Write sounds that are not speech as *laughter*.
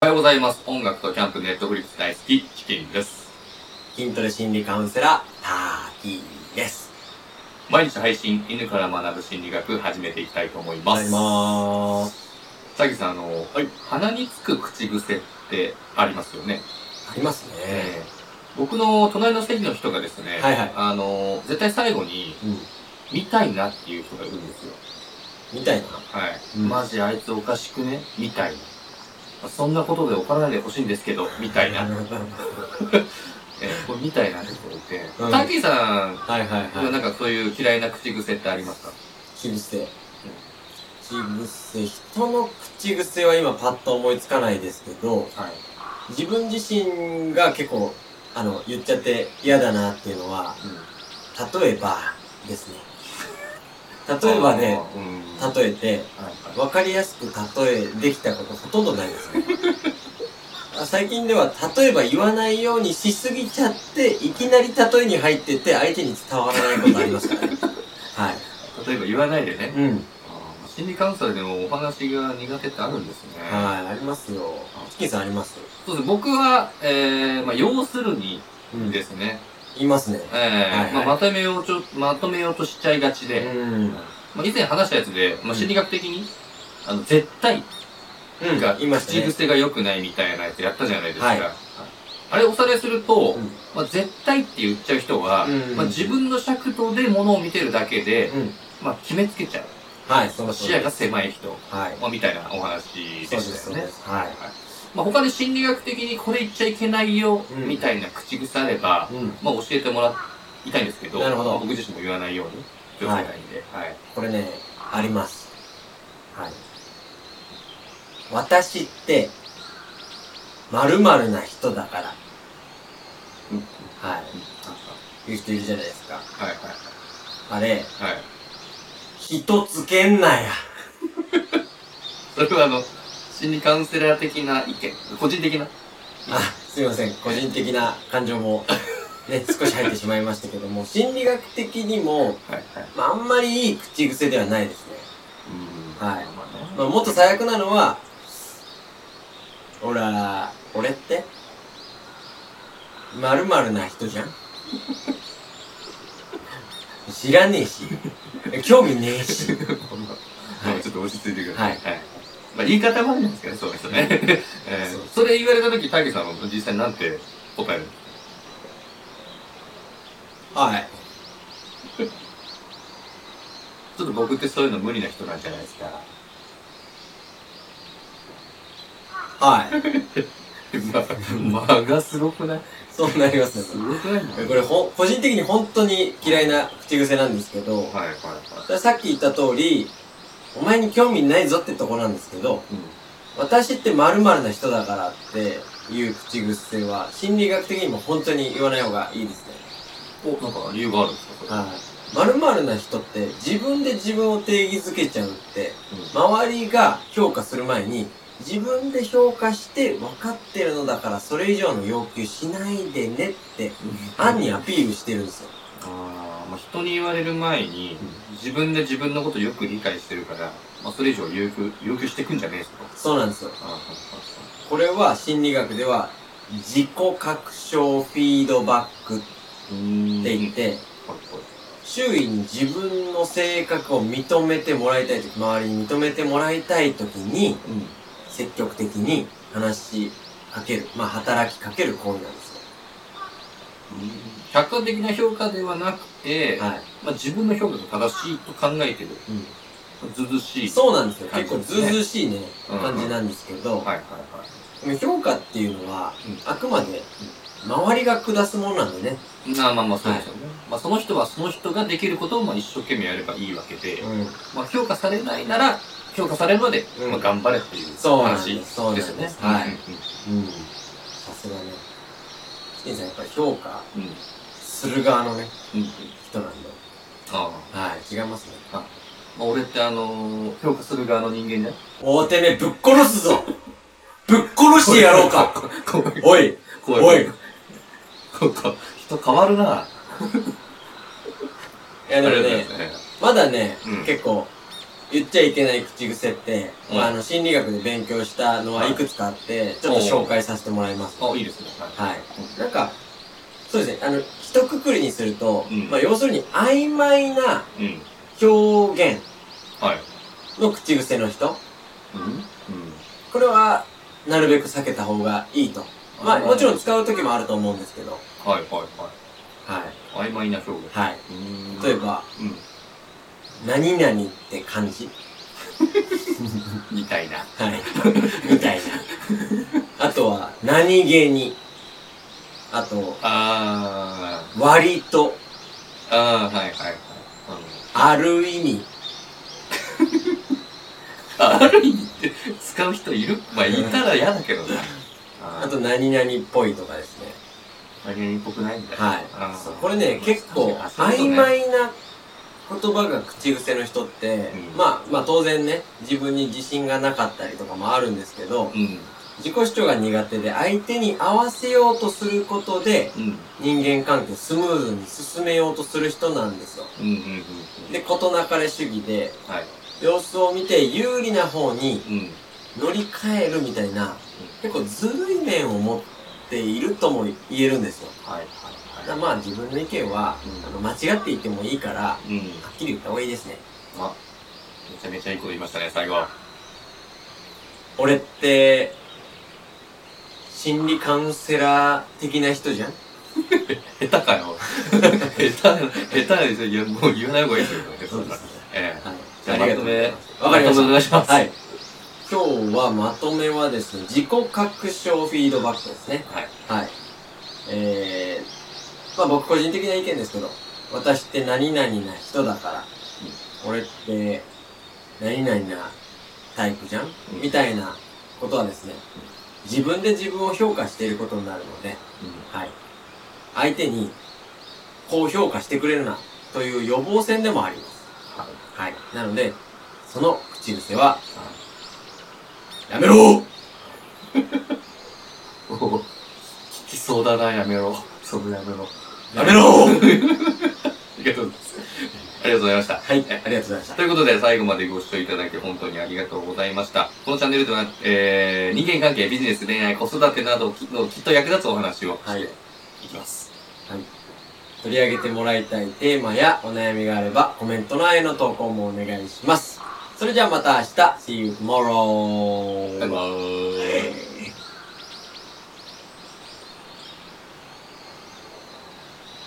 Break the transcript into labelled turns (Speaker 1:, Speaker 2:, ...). Speaker 1: ございます。音楽とキャンプ、ネットフリックス大好き、チキンです。
Speaker 2: 筋トレ心理カウンセラー、ターキーです。
Speaker 1: 毎日配信、犬から学ぶ心理学、始めていきたいと思います。
Speaker 2: まーす。
Speaker 1: さきさん、あの、
Speaker 2: はい
Speaker 1: 鼻につく口癖ってありますよね。
Speaker 2: ありますね。
Speaker 1: えー僕の隣の席の人がですね、
Speaker 2: はいはい
Speaker 1: あの、絶対最後に、
Speaker 2: うん。
Speaker 1: 見たいなっていう人がいるんですよ。
Speaker 2: みたいな。
Speaker 1: はい。
Speaker 2: うん
Speaker 1: マジあいつおかしくねみたいな。まあそんなことで怒らないでほしいんですけど、みたい
Speaker 2: *laughs*
Speaker 1: な。えーこれみたいなって言って。
Speaker 2: うん
Speaker 1: タッキーさん、
Speaker 2: はいはい
Speaker 1: 今な
Speaker 2: は
Speaker 1: んかそういう嫌いな口癖ってありますか
Speaker 2: い。口癖。口癖。人の口癖は今パッと思いつかないですけど、
Speaker 1: はい。
Speaker 2: 自分自身が結構、あの、言っちゃって嫌だなっていうのは、例えばですね。例えばね、
Speaker 1: あー、うんはい
Speaker 2: 例えて、
Speaker 1: はい
Speaker 2: わかりやすく例えできたことほとんどないですね。 *laughs* あ最近では例えば言わないようにしすぎちゃって、いきなり例えに入ってて相手に伝わらないことありますから *laughs* ね。はい。
Speaker 1: 例えば言わないでね。
Speaker 2: うん。
Speaker 1: あー心理カウンセラーでもお話が苦手ってあるんですね。
Speaker 2: はい、ありますよ。チキンさんあります
Speaker 1: そうです。僕は、えー、まあ、要するに
Speaker 2: うん
Speaker 1: ですね。
Speaker 2: いますね。
Speaker 1: え
Speaker 2: はい
Speaker 1: ー
Speaker 2: はい
Speaker 1: まあ、まとめようちょ、まとめようとしちゃいがち
Speaker 2: う
Speaker 1: で、
Speaker 2: ん。うん。
Speaker 1: まあ、以前話したやつで、まあ、心理学的に、あの、絶対が、
Speaker 2: いました
Speaker 1: 口
Speaker 2: ね。
Speaker 1: 癖が良くないみたいなやつやったじゃないですか。
Speaker 2: はい
Speaker 1: あれおさらいすると、
Speaker 2: うん
Speaker 1: まあ、絶対って言っちゃう人は、
Speaker 2: うん
Speaker 1: まあ、自分の尺度で物を見てるだけで、
Speaker 2: うん。
Speaker 1: まあ、決めつけちゃう。
Speaker 2: はい、そうそう
Speaker 1: 視野が狭い人、
Speaker 2: はい。
Speaker 1: まあ、みたいなお話
Speaker 2: そ
Speaker 1: で
Speaker 2: うで
Speaker 1: し
Speaker 2: す、そ
Speaker 1: たよ
Speaker 2: う
Speaker 1: ね。
Speaker 2: です。は
Speaker 1: まあ、他で心理学的にこれ言っちゃいけないよ、
Speaker 2: うん
Speaker 1: みたいな口癖あれば
Speaker 2: い。、うん。
Speaker 1: まあ、教えてもらいたいんですけど、
Speaker 2: なるほど
Speaker 1: まあ僕自身も言わないように気をつけたいんで、はい。
Speaker 2: これね、あります。はい。私って、〇〇な人だから。
Speaker 1: うん
Speaker 2: はい。言う人いるじゃないですか。
Speaker 1: はい、はい、
Speaker 2: あれ、
Speaker 1: はい。
Speaker 2: 人つけんなや。
Speaker 1: それはあの、心理カウンセラー的な意見、個人的な。
Speaker 2: あ、すいません。個人的な感情も、 *laughs* ね、少し入ってしまいましたけども、心理学的に
Speaker 1: はい、
Speaker 2: も、
Speaker 1: はい。
Speaker 2: まあ、あんまりいい口癖ではないですね。
Speaker 1: うん
Speaker 2: はい
Speaker 1: まあね
Speaker 2: まあ、もっと最悪なのは、ほら、俺って、まるまるな人じゃん *laughs* 知らねえし、興味ねえし。は
Speaker 1: ちょっと落ち着いてくださ。
Speaker 2: はいい
Speaker 1: はい。まあ、言い方もあるんですけど、そうですね。 *laughs* え
Speaker 2: そう
Speaker 1: ーそれ言われたとき、タケさんは実際なんて答える
Speaker 2: はい。
Speaker 1: ちょっと僕ってそういうの無理な人なんじゃないです *laughs* か。
Speaker 2: はい。
Speaker 1: ま、間がすごくない
Speaker 2: そうなります
Speaker 1: す
Speaker 2: ね。
Speaker 1: ごくないの
Speaker 2: これほ、個人的に本当に嫌いな口癖なんですけど、
Speaker 1: はい、はい、はい。
Speaker 2: さっき言った通り、お前に興味ないぞってとこなんですけど、私って〇〇な人だからっていう口癖は、心理学的にも本当に言わない方がいいですね。
Speaker 1: うん。お、なんか理由があるんですかこれ。
Speaker 2: はい。〇〇な人って自分で自分を定義づけちゃうって、
Speaker 1: うん
Speaker 2: 周りが評価する前に、自分で評価して分かってるのだからそれ以上の要求しないでねって、暗にアピールしてるんですよ。
Speaker 1: あーまあ、人に言われる前に、自分で自分のことよく理解してるから、まあ、それ以上要求、要求してくんじゃねえぞと。
Speaker 2: そうなんですよ。
Speaker 1: あ
Speaker 2: これは心理学では、自己確証フィードバックっ
Speaker 1: うーん。
Speaker 2: て言っ
Speaker 1: はい
Speaker 2: て、周囲に自分の性格を認めてもらいたいとき、周りに認めてもらいたいときに、
Speaker 1: うん。
Speaker 2: 積極的に話しかける、まあ働きかける行為なんです
Speaker 1: 客観的な評価ではなくて、
Speaker 2: よ。はい。
Speaker 1: まあ、自分の評価が正しいと考えてる。ずうずうしい。
Speaker 2: そうなんですよ。
Speaker 1: 感じ
Speaker 2: 結構
Speaker 1: です
Speaker 2: ず
Speaker 1: ね
Speaker 2: うずうしいね、
Speaker 1: うん
Speaker 2: 感じなんですけど、
Speaker 1: はいはいは
Speaker 2: でも評価っていうのは、
Speaker 1: う
Speaker 2: あくまで、周りが下すものなんでね。
Speaker 1: い。まあまあまあそうですよね。まあその人はその人ができることをまあ一生懸命やればいいわけで、
Speaker 2: うん。
Speaker 1: まあ評価されないなら、評価されるまで、
Speaker 2: うん
Speaker 1: まあ頑張れっていう
Speaker 2: そうなん
Speaker 1: 話
Speaker 2: で。
Speaker 1: ですす
Speaker 2: そう
Speaker 1: よ
Speaker 2: なん
Speaker 1: ね。
Speaker 2: です。はい。
Speaker 1: う
Speaker 2: うん。さすがね。チキンさんやっぱり評価
Speaker 1: んうんうん。
Speaker 2: する側のね、
Speaker 1: うんうん。
Speaker 2: 人なんで。
Speaker 1: ああ。
Speaker 2: はい。違いますね。
Speaker 1: まあ、俺ってあのー評価する側の人間じゃん
Speaker 2: おーてめえぶっ殺すぞぶっ殺してやろうか
Speaker 1: 怖い。
Speaker 2: おい
Speaker 1: 怖い。
Speaker 2: おいい
Speaker 1: なんか人変わるな。
Speaker 2: やでも
Speaker 1: ありがとうござい
Speaker 2: ね
Speaker 1: ま、すね
Speaker 2: まだね、
Speaker 1: うん
Speaker 2: 結構、言っちゃいけない口癖って、
Speaker 1: うん
Speaker 2: あの、心理学で勉強したのはいくつかあって、ちょっと紹介させてもらいます。
Speaker 1: あ、いいですね。は
Speaker 2: はい。なんか、そうですね、あの、一括りにすると、
Speaker 1: うん。
Speaker 2: まあ、要するに曖昧ない
Speaker 1: うん。
Speaker 2: 表現
Speaker 1: はい。
Speaker 2: の口癖の人、
Speaker 1: うん
Speaker 2: これは、なるべく避けた方がいいと。まあ、もちろん。使う時もあると思うんですけど、
Speaker 1: はいはい
Speaker 2: はい。
Speaker 1: はい。曖昧な表現。
Speaker 2: はい。
Speaker 1: うん
Speaker 2: 例え。ば、
Speaker 1: う
Speaker 2: 何々って感じ
Speaker 1: ん。みたいな。
Speaker 2: はい。 *laughs* みたいな。あとは、何気に。あと、
Speaker 1: あ
Speaker 2: 割と、
Speaker 1: ー。あー、はいはいはい。
Speaker 2: ある意味。
Speaker 1: あある意味って使う人いるまあ、いたら嫌だけどね。あ
Speaker 2: あと、何々っぽいとかですね。
Speaker 1: 何々っぽくないんだ
Speaker 2: はい
Speaker 1: あー
Speaker 2: そうこれね、結構、
Speaker 1: あそういうこと
Speaker 2: 曖
Speaker 1: ね
Speaker 2: 昧な言葉が口癖の人って、
Speaker 1: うん
Speaker 2: まあ、まあ当然ね、自分に自信がなかったりとかもあるんですけど、
Speaker 1: うん。
Speaker 2: 自己主張が苦手で相手に合わせようとすることで、
Speaker 1: うん。
Speaker 2: 人間関係をスムーズに進めようとする人なんですよ。
Speaker 1: うんうんうんうん。
Speaker 2: で、事なかれ主義で、
Speaker 1: はい。
Speaker 2: 様子を見て有利な方に
Speaker 1: うん。
Speaker 2: 乗り換えるみたいな、結構ずるい面を持っているとも言えるんですよ。
Speaker 1: はいはい
Speaker 2: た
Speaker 1: は
Speaker 2: だまあ自分の意見は、
Speaker 1: うん。
Speaker 2: あの間違っていてもいいから、はい
Speaker 1: うん。
Speaker 2: っきり言った方がいいですね。
Speaker 1: あ、めちゃめちゃいいこと言いましたね、最後。
Speaker 2: 俺って、心理カウンセラー的な人じゃん
Speaker 1: 下手かよ。下手、下手ですよ。いや、もう言わない方がいいですよ。
Speaker 2: そうですね
Speaker 1: え
Speaker 2: はい。
Speaker 1: じゃあまとめ
Speaker 2: わかりました。
Speaker 1: まとめお願いします
Speaker 2: はい。今日はまとめはですね、自己拡張フィードバックですね
Speaker 1: え。はい。
Speaker 2: はい。えー、まあ僕個人的な意見ですけど、私って何々な人だから、俺って何々なタイプじゃん、
Speaker 1: うん
Speaker 2: みたいなことはですね、自分で自分を評価していることになるので、はい。相手に、こう評価してくれるな、という予防線でもあります。はい。なので、その口癖は、やめろ
Speaker 1: うん。おお、聞きそうだな、やめろ。そのやめろ。
Speaker 2: やめ
Speaker 1: *laughs*
Speaker 2: ろ
Speaker 1: ありがとうございます。ありがとうございました。
Speaker 2: はい、ありがとうございました
Speaker 1: と。いうことで、最後までご視聴いただいて本当にありがとうございました。このチャンネルでは、えー、人間関係、ビジネス、恋愛、子育てなどきのきっと役立つお話を
Speaker 2: はい。
Speaker 1: いきます。
Speaker 2: 取り上げてもらいたいテーマやお悩みがあればコメント欄への投稿もお願いします。それじゃあまた明日 !See you
Speaker 1: バイバ
Speaker 2: tomorrow!
Speaker 1: ーイ。